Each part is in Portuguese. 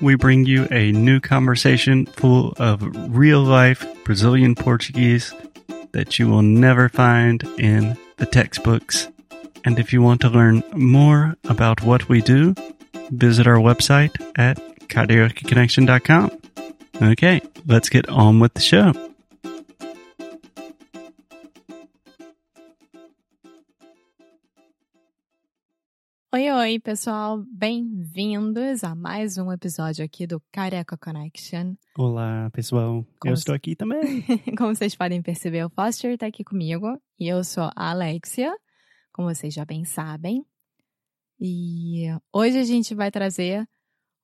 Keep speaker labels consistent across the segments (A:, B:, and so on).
A: we bring you a new conversation full of real life Brazilian Portuguese that you will never find in the textbooks. And if you want to learn more about what we do, visit our website at cariocaconnection.com. Okay, let's get on with the show.
B: Oi, oi, pessoal! Bem-vindos a mais um episódio aqui do Careca Connection.
A: Olá, pessoal.
B: Como
A: eu
B: se-
A: estou aqui também.
B: Como vocês podem perceber, o Foster está aqui comigo e eu sou a Alexia, como vocês já bem sabem. E hoje a gente vai trazer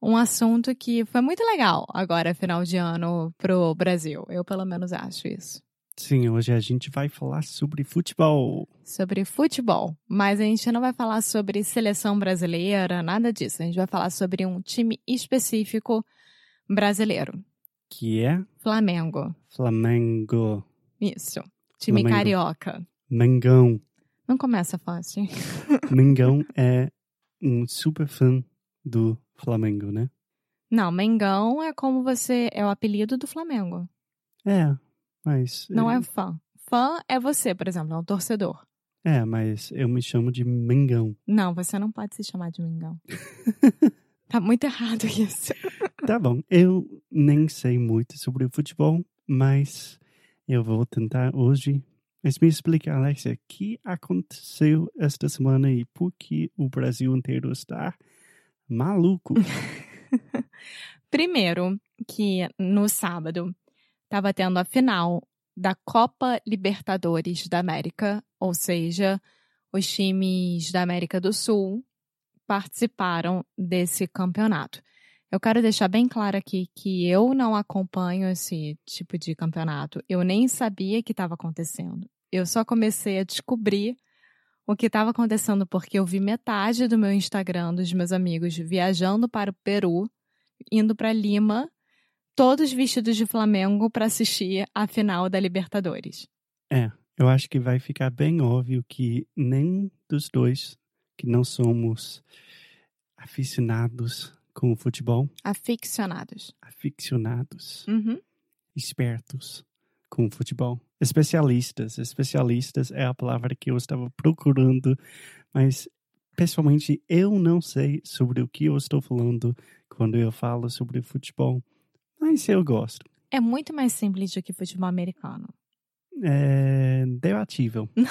B: um assunto que foi muito legal agora, final de ano, pro Brasil. Eu, pelo menos, acho isso.
A: Sim, hoje a gente vai falar sobre futebol.
B: Sobre futebol, mas a gente não vai falar sobre seleção brasileira, nada disso. A gente vai falar sobre um time específico brasileiro,
A: Que é
B: Flamengo.
A: Flamengo.
B: Isso. Time
A: Flamengo.
B: carioca.
A: Mengão.
B: Não começa fácil.
A: Mengão é um super fã do Flamengo, né?
B: Não, Mengão é como você. É o apelido do Flamengo.
A: É, mas.
B: Não é fã. Fã é você, por exemplo, é um torcedor.
A: É, mas eu me chamo de Mengão.
B: Não, você não pode se chamar de Mengão. tá muito errado isso.
A: Tá bom, eu nem sei muito sobre o futebol, mas eu vou tentar hoje. Mas me explica, Alexia, o que aconteceu esta semana e por que o Brasil inteiro está maluco?
B: Primeiro, que no sábado tava tendo a final da Copa Libertadores da América, ou seja, os times da América do Sul participaram desse campeonato. Eu quero deixar bem claro aqui que eu não acompanho esse tipo de campeonato. Eu nem sabia que estava acontecendo. Eu só comecei a descobrir o que estava acontecendo porque eu vi metade do meu Instagram dos meus amigos viajando para o Peru, indo para Lima, todos vestidos de Flamengo para assistir a final da Libertadores.
A: Eu acho que vai ficar bem óbvio que nem dos dois que não somos aficionados com o futebol,
B: Aficionados.
A: aficionados,
B: Uhum.
A: espertos com o futebol. Especialistas. Especialistas é a palavra que eu estava procurando, mas pessoalmente eu não sei sobre o que eu estou falando quando eu falo sobre futebol, mas eu gosto.
B: É muito mais simples do que futebol americano.
A: É debatível.
B: Não,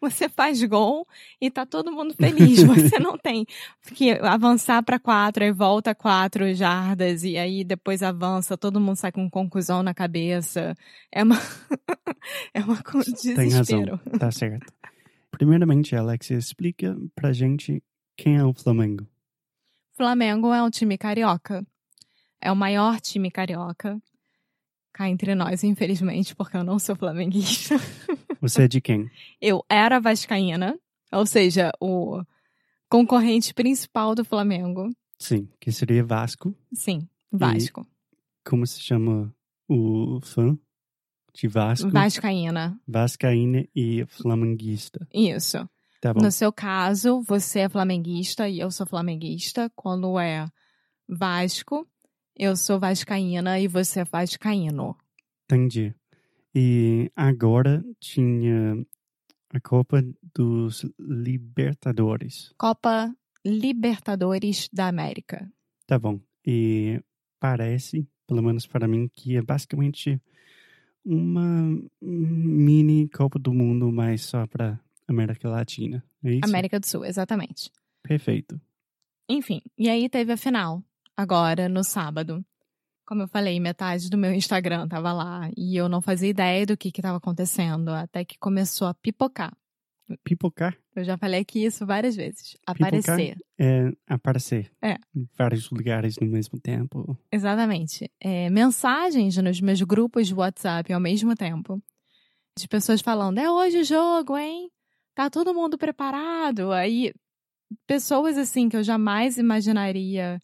B: você faz gol e tá todo mundo feliz. Você não tem que avançar para quatro e volta quatro jardas e aí depois avança, todo mundo sai com conclusão na cabeça. É uma é uma co- desespero.
A: Tem razão. Tá certo. Primeiramente, Alex, explica pra gente quem é o Flamengo.
B: Flamengo é um time carioca. É o maior time carioca. Cá entre nós, infelizmente, porque eu não sou flamenguista.
A: Você é de quem?
B: Eu era vascaína, ou seja, o concorrente principal do Flamengo.
A: Sim, que seria Vasco.
B: Sim, Vasco.
A: Como se chama o fã de Vasco?
B: Vascaína.
A: Vascaína e flamenguista.
B: Isso.
A: Tá bom.
B: No seu caso, você é flamenguista e eu sou flamenguista. Quando é Vasco, eu sou vascaína e você é vascaíno.
A: Entendi. E agora tinha a Copa dos Libertadores.
B: Copa Libertadores da América.
A: Tá bom. E parece, pelo menos para mim, que é basicamente uma mini Copa do Mundo, mas só para América Latina. É isso?
B: América do Sul, exatamente.
A: Perfeito.
B: Enfim, e aí teve a final, agora no sábado. Como eu falei, metade do meu Instagram tava lá e eu não fazia ideia do que que tava acontecendo, até que começou a pipocar.
A: Pipocar
B: Eu já falei aqui isso várias vezes.
A: Pipocar?
B: Aparecer.
A: é aparecer
B: É.
A: em vários lugares no mesmo tempo.
B: Exatamente. É, mensagens nos meus grupos de WhatsApp ao mesmo tempo. de pessoas falando: é hoje o jogo, hein? Tá todo mundo preparado? Aí, pessoas assim que eu jamais imaginaria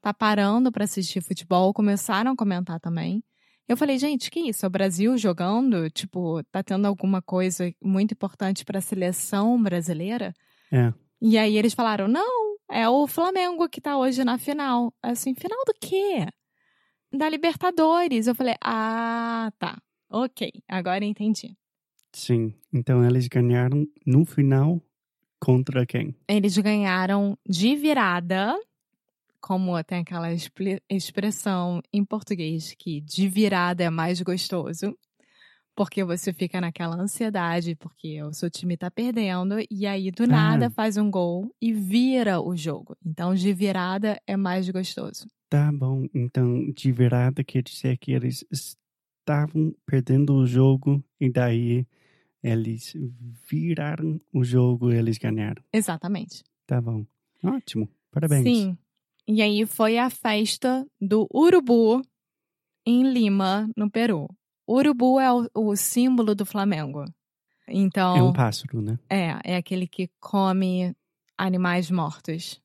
B: tá parando para assistir futebol começaram a comentar também. Eu falei, gente, que isso? É o Brasil jogando? Tipo, tá tendo alguma coisa muito importante para a seleção brasileira?
A: É.
B: E aí eles falaram: não, é o Flamengo que tá hoje na final. Assim, final do quê? Da Libertadores. Eu falei: ah, tá. Ok, agora entendi.
A: Sim. Então eles ganharam no final contra quem?
B: Eles ganharam de virada, como tem aquela expli- expressão em português que de virada é mais gostoso, porque você fica naquela ansiedade, porque o seu time tá perdendo, e aí do nada faz um gol e vira o jogo. Então, de virada é mais gostoso.
A: Tá bom. Então, de virada quer dizer que eles estavam perdendo o jogo e daí eles viraram o jogo e eles ganharam.
B: Exatamente.
A: Tá bom. Ótimo. Parabéns.
B: Sim. E aí foi a festa do urubu em Lima, no Peru. Urubu é o, o símbolo do Flamengo. Então,
A: É um pássaro, né?
B: é, é aquele que come animais mortos.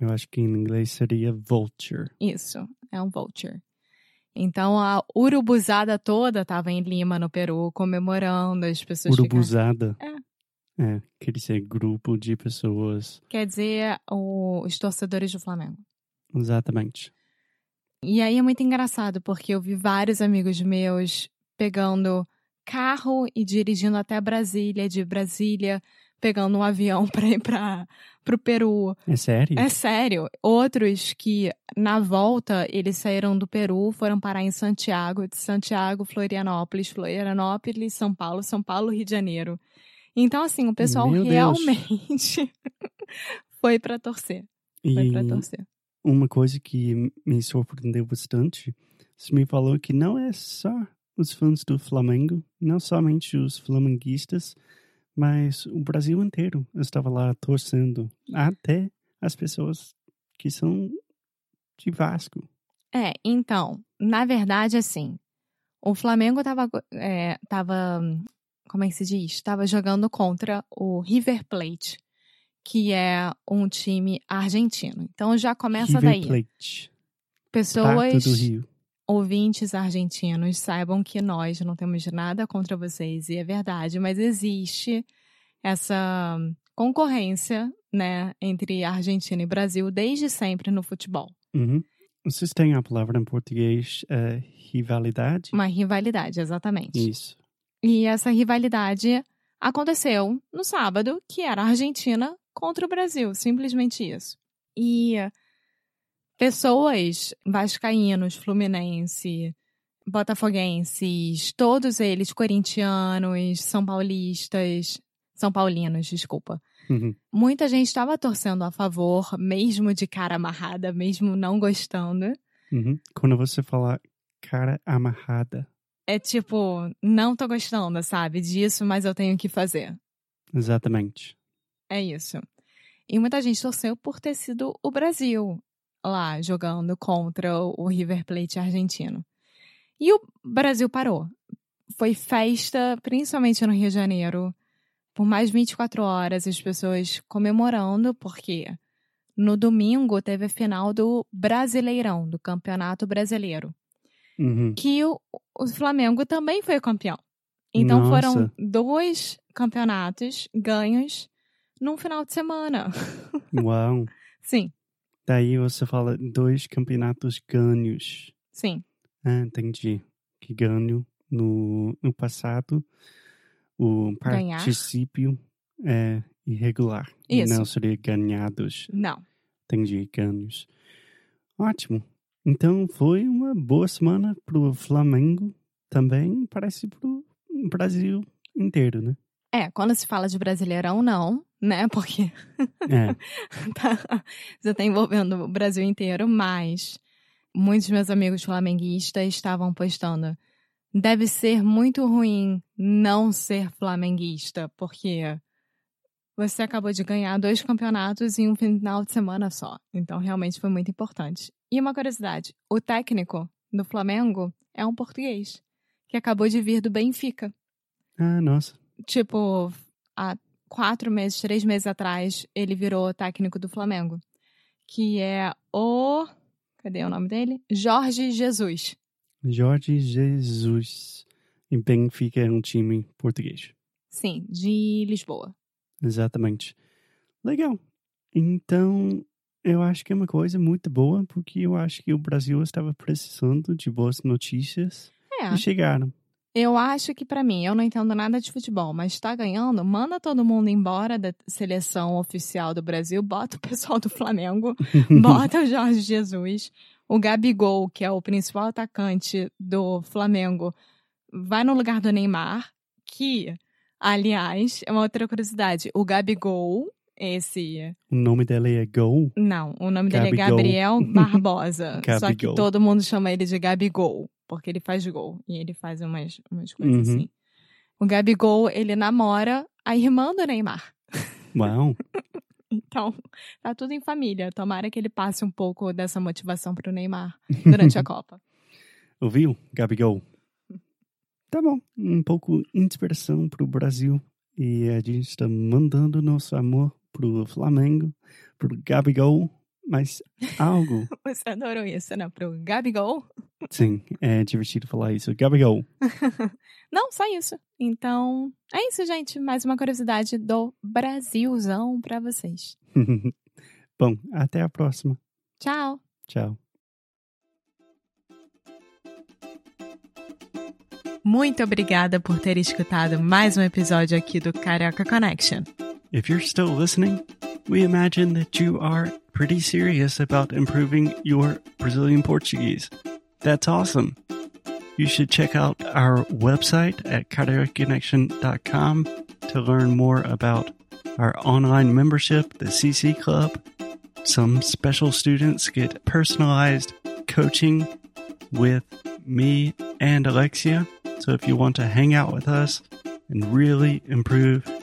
A: Eu acho que em inglês seria vulture.
B: Isso, é um vulture. Então a urubuzada toda estava em Lima, no Peru, comemorando as pessoas. ficaram-
A: Urubuzada. É, quer dizer grupo de pessoas.
B: Quer dizer, o- os torcedores do Flamengo.
A: Exatamente.
B: E aí é muito engraçado, porque eu vi vários amigos meus pegando carro e dirigindo até Brasília, de Brasília, pegando um avião para ir para o Peru.
A: É sério?
B: É sério. Outros que, na volta, eles saíram do Peru, foram parar em Santiago, de Santiago, Florianópolis, Florianópolis, São Paulo, São Paulo, Rio de Janeiro. Então, assim, o pessoal
A: Meu Deus.
B: realmente foi para torcer. Foi para
A: E
B: torcer.
A: uma coisa que me surpreendeu bastante, você me falou que não é só os fãs do Flamengo, não somente os flamenguistas, mas o Brasil inteiro estava lá torcendo, até as pessoas que são de Vasco.
B: É, então, na verdade, assim, o Flamengo tava, é, tava, hum, como é que se diz? Tava jogando contra o River Plate, que é um time argentino. Então já começa
A: River
B: daí.
A: Plate, Prata
B: Pessoas,
A: do Rio.
B: ouvintes argentinos, saibam que nós não temos nada contra vocês, e é verdade, mas existe essa hum, concorrência, né, entre Argentina e Brasil desde sempre no futebol.
A: Uhum. Vocês têm a palavra em português eh, rivalidade?
B: Uma rivalidade, exatamente.
A: Isso.
B: E essa rivalidade aconteceu no sábado, que era a Argentina contra o Brasil, simplesmente isso. E pessoas vascaínos, fluminense, botafoguenses, todos eles corintianos, são paulistas, são paulinos, desculpa.
A: Uhum.
B: Muita gente estava torcendo a favor, mesmo de cara amarrada, mesmo não gostando.
A: Uhum. Quando você falar cara amarrada,
B: É tipo, não tô gostando, sabe, disso, mas eu tenho que fazer.
A: exatamente.
B: É isso. E muita gente torceu por ter sido o Brasil lá jogando contra o River Plate argentino. E o Brasil parou. Foi festa, principalmente no Rio de Janeiro, por mais 24 horas, as pessoas comemorando, porque no domingo teve a final do Brasileirão, do Campeonato Brasileiro,
A: Uhum.
B: que o, o Flamengo também foi campeão. Então
A: Nossa.
B: foram dois campeonatos ganhos num final de semana.
A: Uau.
B: Sim,
A: Daí você fala dois campeonatos ganhos.
B: sim.
A: Ah, entendi. Que ganho no, no passado. O
B: Ganhar.
A: particípio é irregular. e
B: Isso.
A: Não seria ganhados.
B: Não.
A: Entendi, ganhos. Ótimo. Então foi uma boa semana pro Flamengo também, parece pro Brasil inteiro, né?
B: É, quando se fala de brasileirão, não, né? Porque
A: É.
B: tá, você tá envolvendo o Brasil inteiro, mas muitos meus amigos flamenguistas estavam postando. Deve ser muito ruim não ser flamenguista, porque você acabou de ganhar dois campeonatos em um final de semana só. Então, realmente foi muito importante. E uma curiosidade: o técnico do Flamengo é um português que acabou de vir do Benfica.
A: Ah, nossa.
B: Tipo, há quatro meses, três meses atrás, ele virou técnico do Flamengo. Que é o. Cadê o nome dele? Jorge Jesus.
A: Jorge Jesus. E Benfica é um time português.
B: Sim, de Lisboa.
A: Exatamente. Legal. Então, eu acho que é uma coisa muito boa, porque eu acho que o Brasil estava precisando de boas notícias
B: É.
A: e chegaram.
B: Eu acho que pra mim, eu não entendo nada de futebol, mas tá ganhando, manda todo mundo embora da seleção oficial do Brasil, bota o pessoal do Flamengo, bota o Jorge Jesus, o Gabigol, que é o principal atacante do Flamengo, vai no lugar do Neymar, que, aliás, é uma outra curiosidade, o Gabigol, esse,
A: O nome dela é Gol.
B: não, o nome dele é
A: Gabigol.
B: Gabriel Barbosa, só que
A: Gabigol.
B: todo mundo chama ele de Gabigol, porque ele faz gol e ele faz umas, umas coisas
A: Uhum.
B: assim. O Gabigol, ele namora a irmã do Neymar.
A: Uau.
B: Então, tá tudo em família. Tomara que ele passe um pouco dessa motivação pro Neymar durante a Copa.
A: Ouviu, Gabigol? Tá bom. Um pouco inspiração pro Brasil. E a gente está mandando nosso amor pro Flamengo, pro Gabigol, mas algo.
B: Você adorou isso, né? Pro Gabigol?
A: Sim, é divertido falar isso. Gabigol.
B: Não, só isso. Então, é isso, gente. Mais uma curiosidade do Brasilzão pra vocês.
A: bom, até a próxima.
B: Tchau!
A: Tchau.
B: Muito obrigada por ter escutado mais um episódio aqui do Carioca Connection.
A: If you're still listening, we imagine that you are pretty serious about improving your Brazilian Portuguese. That's awesome. You should check out our website at cariocaconnection.com to learn more about our online membership, the CC Club. Some special students get personalized coaching with me and Alexia. So if you want to hang out with us, and really improve